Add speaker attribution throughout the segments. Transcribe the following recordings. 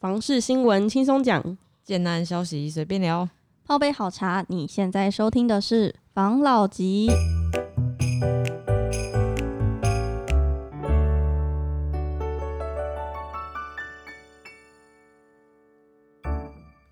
Speaker 1: 房事新闻轻松讲，
Speaker 2: 简单消息随便聊。
Speaker 3: 泡杯好茶，你现在收听的是防老集。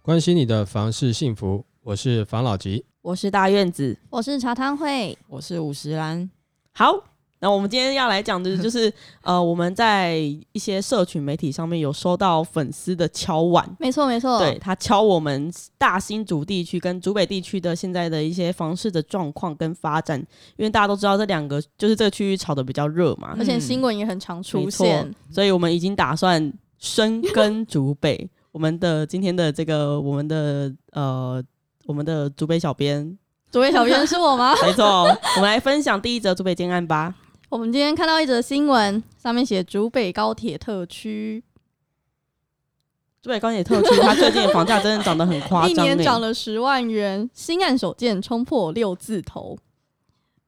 Speaker 4: 关心你的房事幸福，我是房老吉。
Speaker 1: 我是大院子。
Speaker 3: 我是茶汤会，
Speaker 2: 我是五十兰，
Speaker 1: 好，那我们今天要来讲的 就是，呃，我们在一些社群媒体上面有收到粉丝的敲碗。
Speaker 3: 没错没错，
Speaker 1: 对，他敲我们大新竹地区跟竹北地区的现在的一些房市的状况跟发展，因为大家都知道这两个就是这个区域炒得比较热嘛，
Speaker 3: 而且新闻也很常出
Speaker 1: 没错
Speaker 3: 现。
Speaker 1: 所以我们已经打算深耕竹北。 我们的今天的这个，我们的呃，我们的竹北小编，
Speaker 3: 主位小编是我吗？
Speaker 1: 没错，我们来分享第一则竹北建案吧。
Speaker 3: 我们今天看到一则新闻，上面写竹北高铁特区
Speaker 1: 竹北高铁特 区，它最近的房价真的涨得很夸
Speaker 3: 一
Speaker 1: 张、欸，
Speaker 3: 年涨了十万元，新案首件冲破六字头。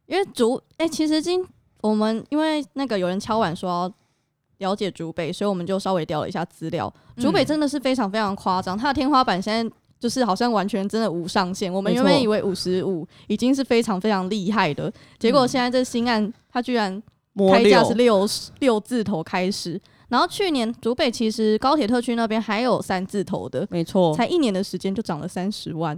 Speaker 3: 因为竹，哎、其实今我们因为那个有人敲碗说要了解竹北，所以我们就稍微调了一下资料。竹北
Speaker 2: 嗯
Speaker 3: 真的是非常非常夸张，它的天花板现在就是好像完全真的无上限。我们
Speaker 1: 没
Speaker 3: 原本
Speaker 1: 错
Speaker 3: 以为五十五已经是非常非常厉害的，结果现在这新案它居然
Speaker 1: 嗯摸
Speaker 3: 开价是
Speaker 1: 六，
Speaker 3: 六六字头开始。然后去年竹北其实高铁特区那边还有三字头的，
Speaker 1: 没错，
Speaker 3: 才一年的时间就涨了三十万。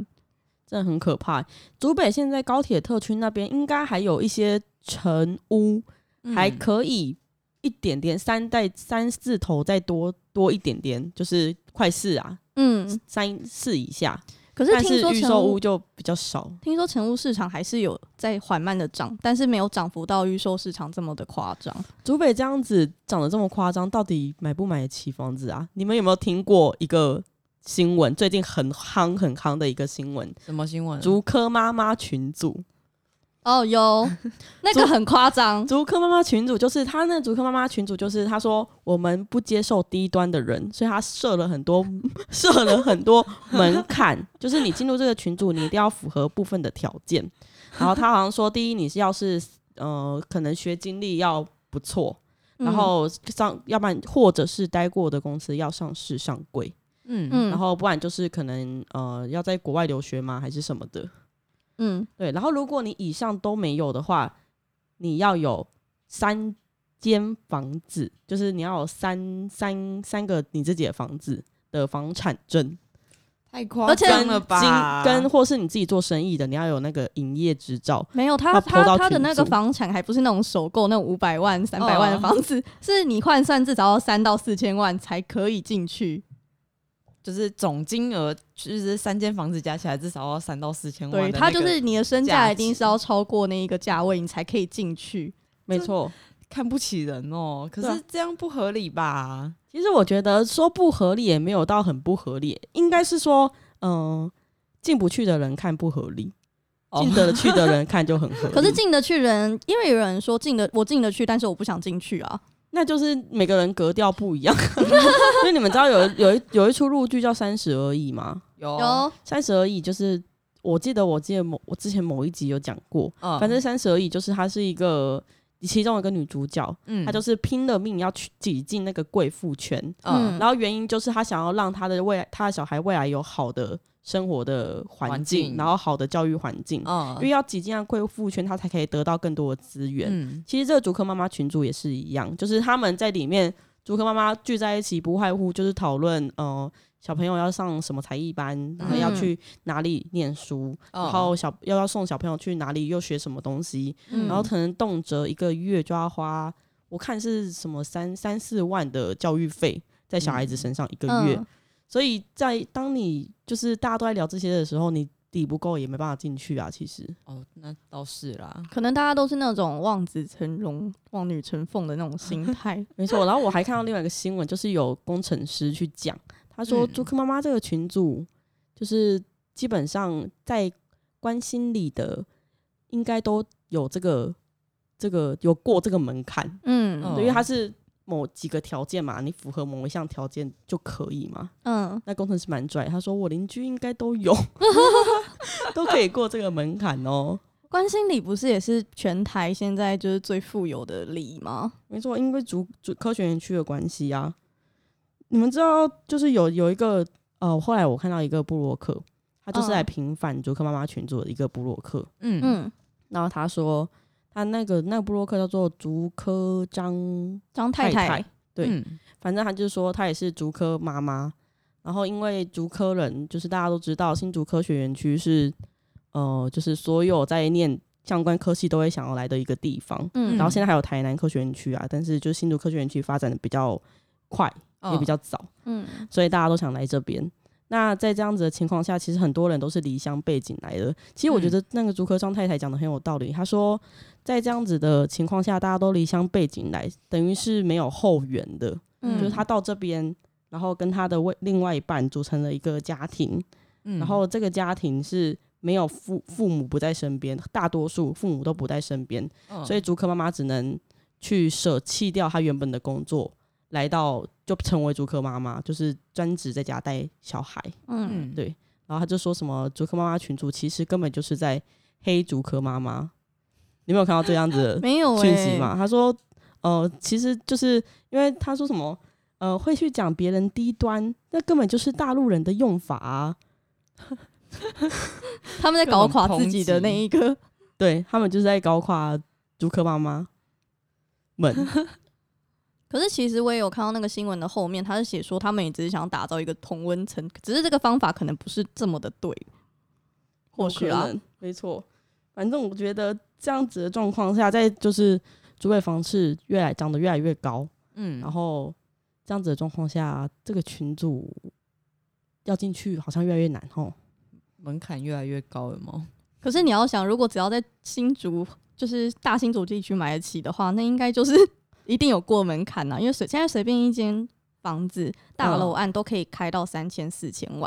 Speaker 1: 真的很可怕。欸竹北现在高铁特区那边应该还有一些城屋，
Speaker 3: 嗯
Speaker 1: 还可以一点点，三代三字头再多多一点点，就是快四啊，
Speaker 3: 嗯，
Speaker 1: 三四以下。
Speaker 3: 可是
Speaker 1: 但
Speaker 3: 听
Speaker 1: 是
Speaker 3: 说
Speaker 1: 预售
Speaker 3: 成
Speaker 1: 屋就比较少，
Speaker 3: 听说成屋市场还是有在缓慢的涨，但是没有涨幅到预售市场这么的夸张。
Speaker 1: 竹北这样子涨得这么夸张，到底买不买得起房子啊？你们有没有听过一个新闻？最近很夯很夯的一个新闻，
Speaker 2: 什么新闻？
Speaker 1: 竹科妈妈群组，
Speaker 3: 哦， 有那个很夸张，
Speaker 1: 竹科妈妈群组就是他那竹科妈妈群组就是他说我们不接受低端的人，所以他设了很多 设了很多门槛，就是你进入这个群组，你一定要符合部分的条件。然后他好像说，第一你是要是呃，可能学经历要不错，
Speaker 3: 嗯
Speaker 1: 然后上，要不然或者是待过的公司要上市上柜，
Speaker 2: 嗯嗯，
Speaker 3: 嗯，
Speaker 1: 然后不然就是可能呃要在国外留学吗，还是什么的？
Speaker 3: 嗯，
Speaker 1: 对，然后如果你以上都没有的话，你要有三间房子，就是你要有三三三个你自己的房子的房产证，
Speaker 2: 太夸
Speaker 3: 而且
Speaker 2: 张
Speaker 1: 跟
Speaker 2: 了吧？
Speaker 1: 经跟或是你自己做生意的，你要有那个营业执照。
Speaker 3: 没有他
Speaker 1: 要投
Speaker 3: 他
Speaker 1: 到
Speaker 3: 他的
Speaker 1: 群
Speaker 3: 那个
Speaker 1: 组
Speaker 3: 房产还不是那种首购那五百万三百万的房子， 是你换算至少要三到四千万才可以进去。
Speaker 2: 就是总金额，就是三间房子加起来至少要三到四千万
Speaker 3: 对，
Speaker 2: 的那个。啊
Speaker 3: 他就是你的身
Speaker 2: 价
Speaker 3: 价
Speaker 2: 值
Speaker 3: 一定是要超过那一个价位，你才可以进去。
Speaker 1: 没错，
Speaker 2: 看不起人哦，可
Speaker 1: 对
Speaker 2: 是
Speaker 1: 啊
Speaker 2: 这样不合理吧？
Speaker 1: 其实我觉得说不合理也没有到很不合理，应该是说，嗯、进不去的人看不合理，
Speaker 2: 哦
Speaker 1: 进得了去的人看就很合理。
Speaker 3: 可是进得去人，因为有人说进得我进得去，但是我不想进去啊。
Speaker 1: 那就是每个人格调不一样， 因为你们知道有有一有一出陆剧叫《三十而已》吗？
Speaker 2: 有
Speaker 3: 有，
Speaker 1: 《三十而已》就是我记得我记得某我之前某一集有讲过，
Speaker 2: 嗯
Speaker 1: 反正《三十而已》就是它是一个其中一个女主角，
Speaker 2: 嗯
Speaker 1: 她就是拼了命要去挤进那个贵妇圈，
Speaker 2: 嗯
Speaker 1: 然后原因就是她想要让她的未来她的小孩未来有好的生活的环
Speaker 2: 环
Speaker 1: 境，
Speaker 2: 境
Speaker 1: 然后好的教育环境，
Speaker 2: 嗯
Speaker 1: 因为要挤进那贵妇圈，她才可以得到更多的资源。
Speaker 2: 嗯
Speaker 1: 其实这个竹科妈妈群主也是一样，就是他们在里面竹科妈妈聚在一起，不外乎就是讨论呃小朋友要上什么才艺班，然后要去哪里念书，
Speaker 2: 嗯
Speaker 1: 然后小要要送小朋友去哪里又学什么东西，
Speaker 3: 嗯
Speaker 1: 然后可能动辄一个月就要花，我看是什么三三四万的教育费在小孩子身上一个月，
Speaker 3: 嗯，
Speaker 1: 所以在当你就是大家都在聊这些的时候，你底不够也没办法进去啊，其实。
Speaker 2: 哦，那倒是啦。
Speaker 3: 可能大家都是那种望子成龙、望女成凤的那种心 态。
Speaker 1: 没错，然后我还看到另外一个新闻，就是有工程师去讲，他说“
Speaker 2: 嗯
Speaker 1: 朱克妈妈”这个群组，就是基本上在关心里的，应该都有这个这个有过这个门槛，
Speaker 3: 嗯
Speaker 2: 哦
Speaker 1: 对因为它是某几个条件嘛，你符合某一项条件就可以嘛。
Speaker 3: 嗯，
Speaker 1: 那工程师蛮拽，他说我邻居应该都 有， 都可以过这个门槛哦。
Speaker 3: 关心里不是也是全台现在就是最富有的里吗？
Speaker 1: 没错，因为主主科学园区的关系啊，你们知道，就是有有一个呃，后来我看到一个布洛克，他就是
Speaker 3: 嗯
Speaker 1: 来平反竹科妈妈群组的一个布洛克，
Speaker 2: 嗯嗯，
Speaker 3: 嗯，
Speaker 1: 然后他说他那个那个布洛克叫做竹科张
Speaker 3: 张
Speaker 1: 太
Speaker 3: 太太，
Speaker 1: 对
Speaker 2: 嗯
Speaker 1: 反正他就是说他也是竹科妈妈。然后因为竹科人，就是大家都知道新竹科学园区是，呃，就是所有在念相关科系都会想要来的一个地方。
Speaker 3: 嗯，
Speaker 1: 然后现在还有台南科学园区啊，但是就是新竹科学园区发展的比较快，也比较早，
Speaker 3: 嗯
Speaker 1: 所以大家都想来这边。那在这样子的情况下，其实很多人都是离乡背景来的。其实我觉得那个竹科张太太讲的很有道理，她说在这样子的情况下，大家都离乡背景来，等于是没有后援的。
Speaker 3: 嗯，
Speaker 1: 就是他到这边，然后跟他的外另外一半组成了一个家庭，
Speaker 2: 嗯
Speaker 1: 然后这个家庭是没有父父母不在身边，大多数父母都不在身边，
Speaker 2: 嗯
Speaker 1: 所以竹科妈妈只能去舍弃掉她原本的工作，来到就成为竹科妈妈，就是专职在家带小孩。
Speaker 3: 嗯
Speaker 2: 嗯
Speaker 1: 对然后他就说什么竹科妈妈群主其实根本就是在黑竹科妈妈，你没有看到这样子的
Speaker 3: 没有
Speaker 1: 讯
Speaker 3: 欸
Speaker 1: 息嘛，他说，呃，其实就是因为他说什么，呃，会去讲别人低端，那根本就是大陆人的用法啊。
Speaker 3: 他们在搞垮自己的那一个，
Speaker 1: 对他们就是在搞垮竹科妈妈们，
Speaker 3: 可是其实我也有看到那个新闻的后面，他是写说他们也只是想打造一个同温层，只是这个方法可能不是这么的对，或许
Speaker 1: 有可
Speaker 3: 啊，
Speaker 1: 能，没错。反正我觉得这样子的状况下，在就是竹北房市越来长得越来越高，
Speaker 2: 嗯，
Speaker 1: 然后这样子的状况下，这个群主要进去好像越来越难哦。
Speaker 2: 门槛越来越高了吗？
Speaker 3: 可是你要想，如果只要在新竹，就是大新竹地区买得起的话，那应该就是 一定有过门槛呐、啊因为随现在随便一间房子大
Speaker 1: 嗯
Speaker 3: 楼案都可以开到三千四千万。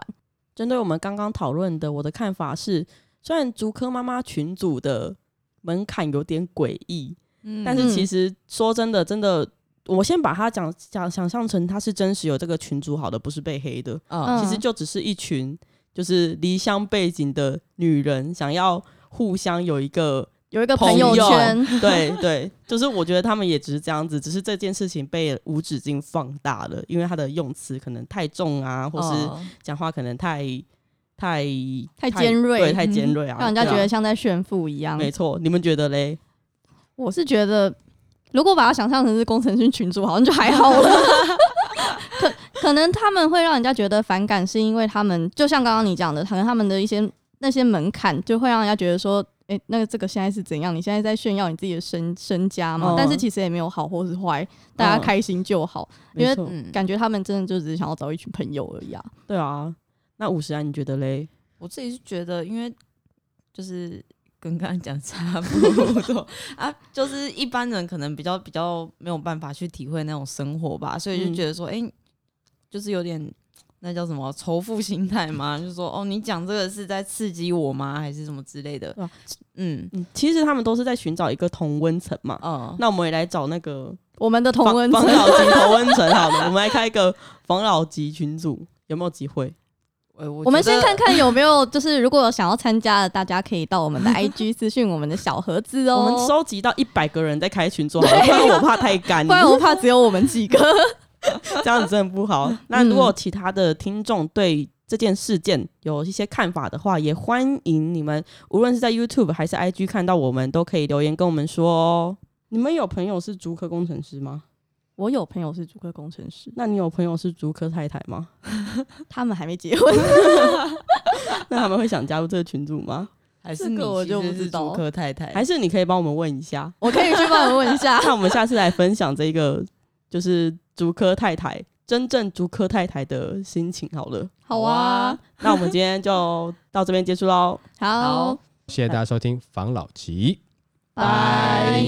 Speaker 1: 针对我们刚刚讨论的，我的看法是，虽然竹科妈妈群组的门槛有点诡异，
Speaker 2: 嗯
Speaker 1: 但是其实说真的，真的，我先把它讲讲想象成它是真实有这个群组好的，不是被黑的，
Speaker 2: 嗯
Speaker 1: 其实就只是一群就是离乡背景的女人想要互相有一 个。
Speaker 3: 有一个
Speaker 1: 朋
Speaker 3: 朋
Speaker 1: 友
Speaker 3: 友圈，
Speaker 1: 对对，就是我觉得他们也只是这样子，只是这件事情被无止境放大了，因为他的用词可能太重啊，或是
Speaker 2: 哦
Speaker 1: 讲话可能太太
Speaker 3: 太尖锐
Speaker 1: 对，太
Speaker 3: 嗯
Speaker 1: 尖锐啊，
Speaker 3: 让人家觉得
Speaker 1: 对
Speaker 3: 像在炫富一
Speaker 1: 啊
Speaker 3: 样。
Speaker 1: 没错。你们觉得嘞？
Speaker 3: 我是觉得，如果把它想象成是工程师群主，好像就还好了。 可可能他们会让人家觉得反感，是因为他们就像刚刚你讲的，可能他们的一些那些门槛，就会让人家觉得说，诶，那个这个现在是怎样？你现在在炫耀你自己的身身家
Speaker 2: 哦
Speaker 3: 嘛？
Speaker 1: 嗯
Speaker 3: 但是其实也没有好或是坏，大家开心就好。因为
Speaker 1: 没错
Speaker 2: 嗯
Speaker 3: 感觉他们真的就只是想要找一群朋友而已啊。
Speaker 1: 对啊，那五十啊，你觉得嘞？
Speaker 2: 我自己是觉得，因为就是跟刚刚讲差不多啊，就是一般人可能比较比较没有办法去体会那种生活吧，所以就
Speaker 1: 嗯
Speaker 2: 觉得说，哎、就是有点那叫什么仇富心态嘛，就说哦，你讲这个是在刺激我吗，还是什么之类的
Speaker 1: 对啊？
Speaker 2: 嗯，
Speaker 1: 嗯，其实他们都是在寻找一个同温层嘛。
Speaker 2: 哦，
Speaker 1: 那我们也来找那个
Speaker 3: 我们的同温层
Speaker 1: 防，防老级 同温层，好了，我们来开一个防老级群组，有没有机会？
Speaker 2: 呃我
Speaker 3: 我们
Speaker 2: 觉得
Speaker 3: 先看看有没有，就是如果有想要参加的，大家可以到我们的 IG 私讯我们的小盒 子哦。
Speaker 1: 我们收集到一百个人在开群组，好了，不然我怕太干，
Speaker 3: 不然我怕只有我们几个。
Speaker 1: 这样子真的不好。那如果其他的听众对这件事件有一些看法的话，也欢迎你们，无论是在 YouTube 还是 IG 看到我们，都可以留言跟我们说哦。你们有朋友是竹科工程师吗？
Speaker 3: 我有朋友是主科工程师，
Speaker 1: 那你有朋友是竹科太太吗？
Speaker 3: 他们还没结婚。
Speaker 1: 那他们会想加入这个群组吗？
Speaker 2: 还是
Speaker 3: 这
Speaker 2: 你
Speaker 3: 个我
Speaker 2: 其
Speaker 3: 就
Speaker 2: 实
Speaker 3: 不
Speaker 2: 是
Speaker 3: 知道
Speaker 2: 竹科太太，
Speaker 1: 还是你可以帮我们问一下？
Speaker 3: 我可以去帮你问一下。
Speaker 1: 那我们下次来分享这个，就是竹科太太真正竹科太太的心情好了。
Speaker 3: 好啊，
Speaker 1: 那我们今天就到这边结束喽。
Speaker 3: 好
Speaker 2: 好，
Speaker 4: 谢谢大家收听防老集。
Speaker 3: 拜。